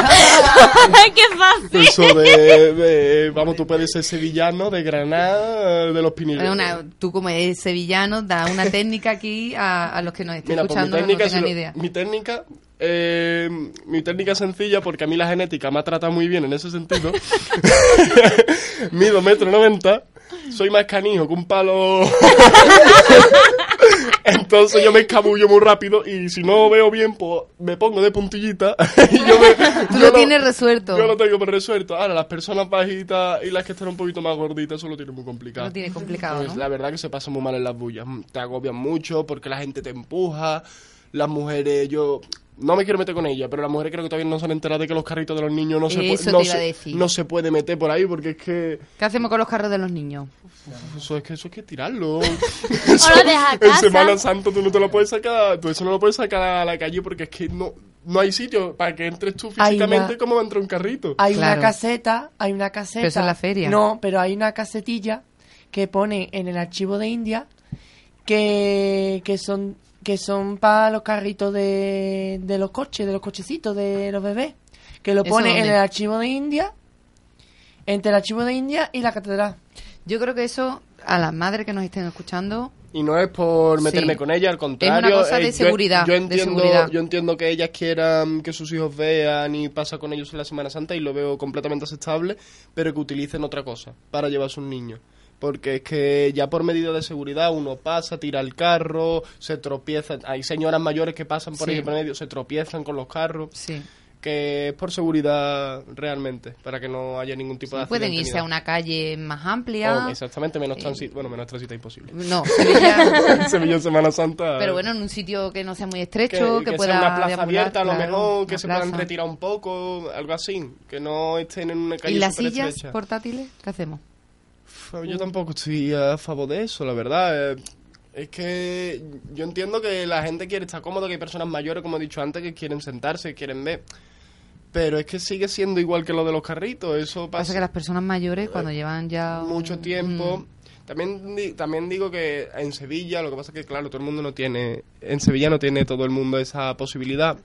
¡Qué fácil!
Eso de, de- Vamos, tú puedes ser sevillano, de Granada, de los Pirineos.
Bueno, una- tú como eres sevillano, da una técnica aquí a, a los que nos estén
Mira, pues mi
escuchando que no
técnica, si
tengan
lo-
ni idea.
mi técnica, eh, mi técnica es sencilla porque a mí la genética me ha tratado muy bien en ese sentido. Mido metro noventa, soy más canijo que un palo. Entonces yo me escabullo muy rápido y si no veo bien, pues me pongo de puntillita y yo me...
Tú
yo
lo
no-
tienes resuelto.
Yo lo tengo por resuelto. Ahora, las personas bajitas y las que están un poquito más gorditas, eso lo tienen muy complicado.
Lo tienes complicado,
Pues,
¿no?
La verdad que se pasa muy mal en las bullas. Mm, Te agobian mucho porque la gente te empuja. Las mujeres, yo no me quiero meter con ellas, pero las mujeres creo que todavía no se han enterado de que los carritos de los niños no, se, pu-
Eso te
no,
iba a
se-
decir.
no se puede meter por ahí porque es que Pues
¿Qué hacemos con los carros de los niños?
eso es que eso es que tirarlo.
O lo dejas a
en
casa.
Semana Santa tú no te lo puedes sacar, tú eso no lo puedes sacar a la calle porque es que no no hay sitio para que entres tú
Hay una-
físicamente como entra un carrito.
Hay
Claro.
una caseta, hay una caseta.
Pero eso es la feria.
No, pero hay una casetilla que pone en el archivo de India que, que son que son para los carritos de, de los coches, de los cochecitos, de los bebés. Que lo
¿Eso
pone en
dónde?
el archivo de India, entre el archivo de India y la catedral.
Yo creo que eso, a las madres que nos estén escuchando,
Y no es por meterme
Sí.
con ella, al contrario.
Es una cosa de
eh, yo-
seguridad,
Yo,
de
entiendo,
seguridad.
yo entiendo que ellas quieran que sus hijos vean y pasa con ellos en la Semana Santa y lo veo completamente aceptable, pero que utilicen otra cosa para llevar a sus niños. Porque es que ya por medida de seguridad uno pasa, tira el carro, se tropieza. Hay señoras mayores que pasan por
Sí.
ahí por medio, se tropiezan con los carros.
sí.
Que es por seguridad realmente, para que no haya ningún tipo de
Pueden
accidente ni
irse a
nada.
una calle más amplia.
Oh, exactamente, menos tránsito. Bueno, menos tránsito imposible.
Eh, No, Sevilla-
Sevilla en Semana Santa.
pero bueno, en un sitio que no sea muy
que,
estrecho, que,
que
pueda.
sea una plaza
deambular,
abierta a lo
claro,
mejor, que
una
se
plaza.
puedan retirar un poco, algo así, que no estén en una calle
¿Y las sillas
superestrecha.
portátiles? ¿Qué hacemos?
Pues Yo tampoco estoy a favor de eso, la verdad. eh, Es que yo entiendo que la gente quiere estar cómoda, que hay personas mayores, como he dicho antes, que quieren sentarse, que quieren ver. Pero es que sigue siendo igual que lo de los carritos, eso pasa.
Pasa que las personas mayores, cuando llevan ya. un-
Eh,
mm,
mucho tiempo. También, di- también digo que en Sevilla, lo que pasa es que, claro, todo el mundo no tiene, en Sevilla no tiene todo el mundo esa posibilidad.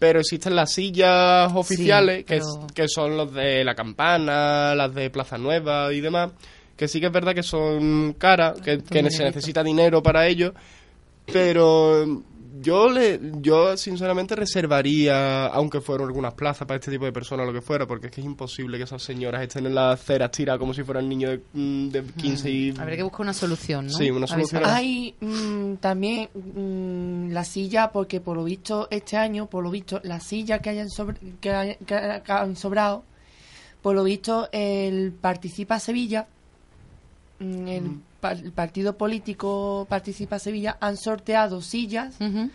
Pero existen las sillas oficiales, que, es-
pero-
que son los de La Campana, las de Plaza Nueva y demás, que sí que es verdad que son caras, que, que se
dinerito.
necesita dinero para ello, pero yo le yo sinceramente reservaría aunque fueran algunas plazas para este tipo de personas lo que fuera porque es que es imposible que esas señoras estén en las aceras tiradas como si fueran niños de, mm, de 15 y
Habrá que buscar una solución, ¿no?
Sí, una
A ver,
solución.
ah,
Hay mm, también mm, la silla, porque por lo visto este año, por lo visto, las sillas que, hayan sobre- que, hay- que ha- que han sobrado, por lo visto el Participa Sevilla, mm, el, pa- el partido político Participa Sevilla, han sorteado sillas
ujú.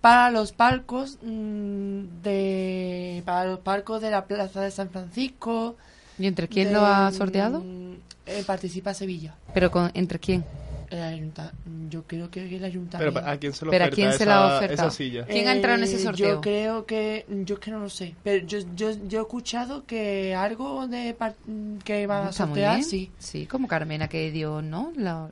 para los palcos mm, de para los palcos de la Plaza de San Francisco.
¿Y entre quién
de,
lo ha sorteado?
mm, eh, Participa Sevilla.
¿Pero con, entre quién?
El ayunta- yo creo que el ayuntamiento.
pero ¿a quién se lo
¿Pero a
oferta
quién se
esa,
la ha ofertado?
esa silla?
¿Quién ha entrado en ese
Eh,
sorteo?
Yo creo que. Yo es que no lo sé. Pero yo, yo, yo he escuchado que algo de par- que van a
Está muy
sortear,
bien.
sí.
Sí, como Carmena que dio, ¿no? La-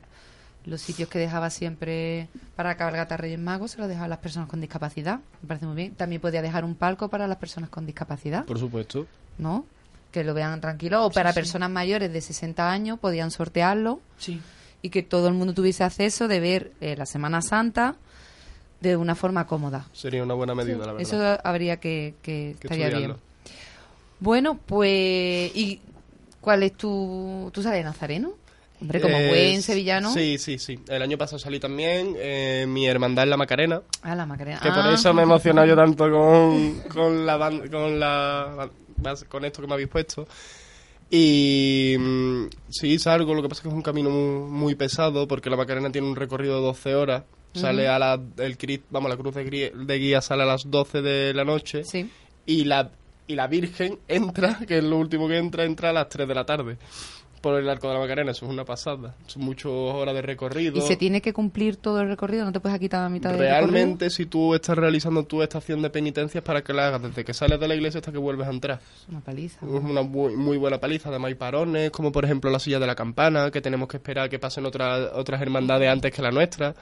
los sitios que dejaba siempre para cabalgata Reyes Magos se los dejaba a las personas con discapacidad. Me parece muy bien. También podía dejar un palco para las personas con discapacidad,
por supuesto
¿no? Que lo vean tranquilo. O para personas mayores de 60 años podían sortearlo
Sí.
y que todo el mundo tuviese acceso de ver eh, la Semana Santa de una forma cómoda.
sería una buena medida la verdad
Eso habría que, que
Que
estaría bien.
estudiarlo.
Bueno, pues ¿y cuál es tu tú sales de Nazareno? Hombre, como
Eh,
buen sevillano.
Sí, sí, sí. El año pasado salí también. eh, mi hermandad en la Macarena.
Ah, la Macarena.
Que por
Ah,
eso me he emocionado yo tanto con, con la ban- con la con esto que me habéis puesto. Y mm, sí, salgo, lo que pasa es que es un camino muy, muy pesado porque la Macarena tiene un recorrido de 12 horas. Sale a la el cri- vamos, la cruz de gri- de guía, sale a las 12 de la noche
Sí.
y la y la Virgen entra, que es lo último que entra, entra a las 3 de la tarde por el arco de la Macarena, eso es una pasada. Son muchas horas de recorrido.
Y se tiene que cumplir todo el recorrido, no te puedes quitar la mitad del recorrido?
Realmente, si tú estás realizando tu estación de penitencias, para que la hagas desde que sales de la iglesia hasta que vuelves a entrar.
Es una paliza.
Es una bu- muy buena paliza. Además, hay parones, como por ejemplo la silla de la campana, que tenemos que esperar a que pasen otras otras hermandades antes que la nuestra.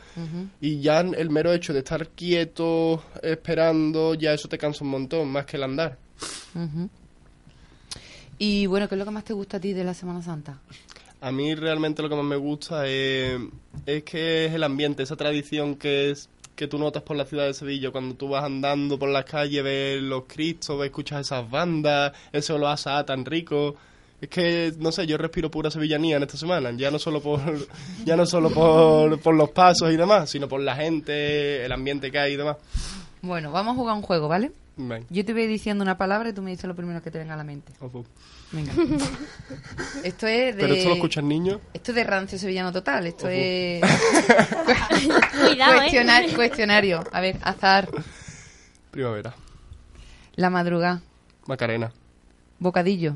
Y ya el mero hecho de estar quieto, esperando, ya eso te cansa un montón, más que el andar.
Ujú. Y bueno, ¿qué es lo que más te gusta a ti de la Semana Santa?
A mí realmente lo que más me gusta es, es que es el ambiente, esa tradición que es que tú notas por la ciudad de Sevilla cuando tú vas andando por las calles, ves los cristos, ves, escuchas esas bandas, ese olor a Sá tan rico. Es que, no sé, yo respiro pura sevillanía en esta semana, ya no solo por ya no solo por, por los pasos y demás, sino por la gente, el ambiente que hay y demás.
Bueno, vamos a jugar un juego, ¿vale?
Ven,
Yo te voy diciendo una palabra y tú me dices lo primero que te venga a la mente.
ojo.
Venga. esto es de
Oh, Pero esto lo escuchan niños. Oh,
Esto es de rancio sevillano total, esto
Ojo.
es
Cuidado,
Cuestiona-
eh.
cuestionario. A ver, azar,
Primavera,
la madrugada,
Macarena,
bocadillo,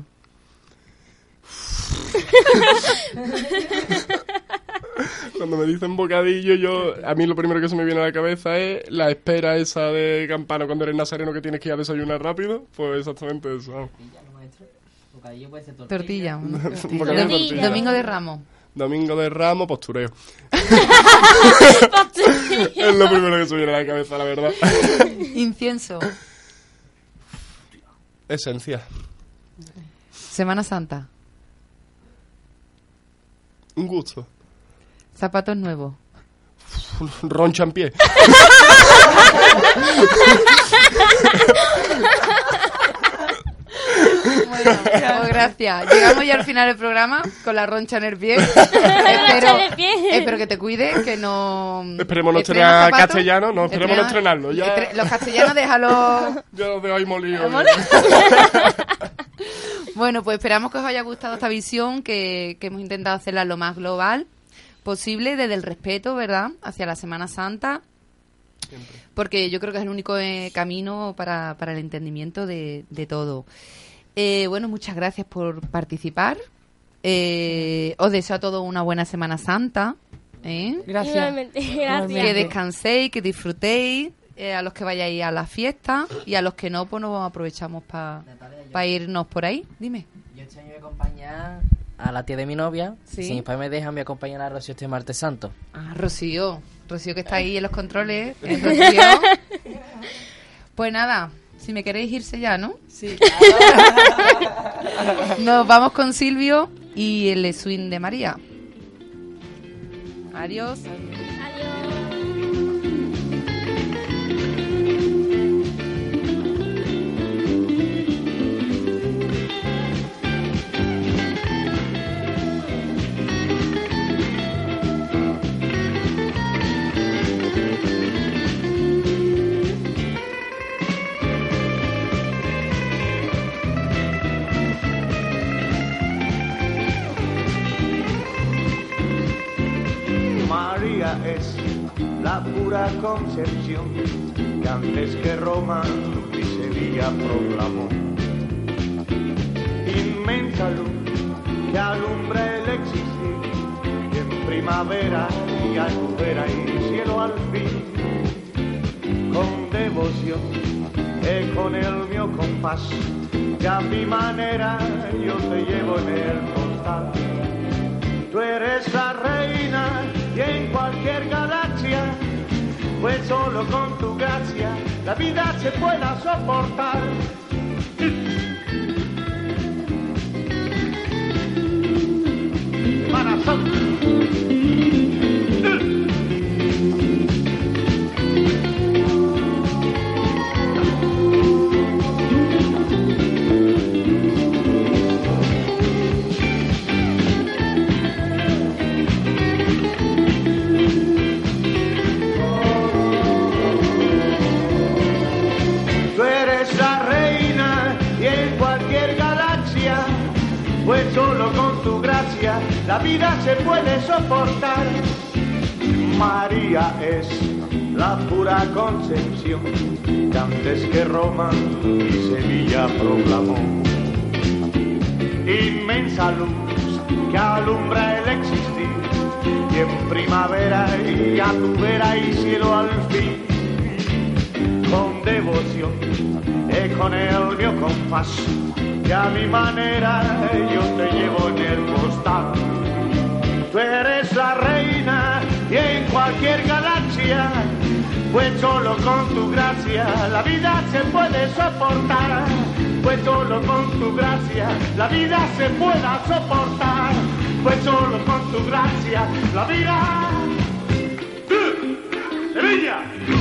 Cuando me dicen bocadillo, yo a mí lo primero que se me viene a la cabeza es la espera esa de campana cuando eres nazareno que tienes que ir a desayunar rápido. Pues exactamente eso. vamos.
tortilla, ¿no?
Bocadillo
Domi-
y tortilla.
domingo de Ramos,
Domingo de Ramos, postureo. es lo primero que se me viene a la cabeza, la verdad.
incienso,
Esencia.
Semana Santa,
Un gusto.
zapatos nuevos,
Roncha en pie.
Pues gracias. Llegamos ya al final del programa con la roncha en el pie. espero,
en el pie.
espero que te cuide, que no.
Esperemos no
estrena
estrenar
zapatos.
castellano, no, esperemos no
Estrena-
estrenarlo, ya.
estre- Los castellanos déjalo.
Yo los veo ahí molidos.
Bueno, pues esperamos que os haya gustado esta visión, que, que hemos intentado hacerla lo más global posible, desde el respeto, ¿verdad?, hacia la Semana Santa. Porque yo creo que es el único eh, camino para, para el entendimiento de, de todo. Eh, bueno, muchas gracias por participar. Eh, os deseo a todos una buena Semana Santa. ¿eh?
Gracias.
Igualmente, gracias.
Que descanséis, que disfrutéis, eh, a los que vayáis a la fiesta y a los que no, pues nos aprovechamos para irnos por ahí. Dime.
Yo este año voy a acompañar a la tía de mi novia.
Sí.
Si mis padres me dejan, voy a acompañar a Rocío este martes santo.
Ah, Rocío. Rocío que está ahí en los controles. eh, Rocío. Pues nada, si me queréis irse ya, ¿no? Sí. Nos vamos con Silvio y el swing de María. Adiós.
Adiós.
Esta es la pura concepción que antes que Roma y Sevilla proclamó. Inmensa luz que alumbra el existir y en primavera y albera y cielo al fin. Con devoción es con el mío compás que a mi manera yo te llevo en el costal. Tú eres la reina y en cualquier galaxia, pues solo con tu gracia la vida se pueda soportar. Corazón. Tú eres la reina y en cualquier galaxia, pues solo con tu gracia la vida se puede soportar. María es la pura concepción que antes que Roma y Sevilla proclamó. Inmensa luz que alumbra el existir y en primavera y a tu vera y cielo al fin con devoción es con el mío compás que a mi manera yo te llevo en el costal. Tú eres la reina y en cualquier galaxia, pues solo con tu gracia la vida se puede soportar. Pues solo con tu gracia la vida se pueda soportar. Pues solo con tu gracia la vida. ¡Sevilla!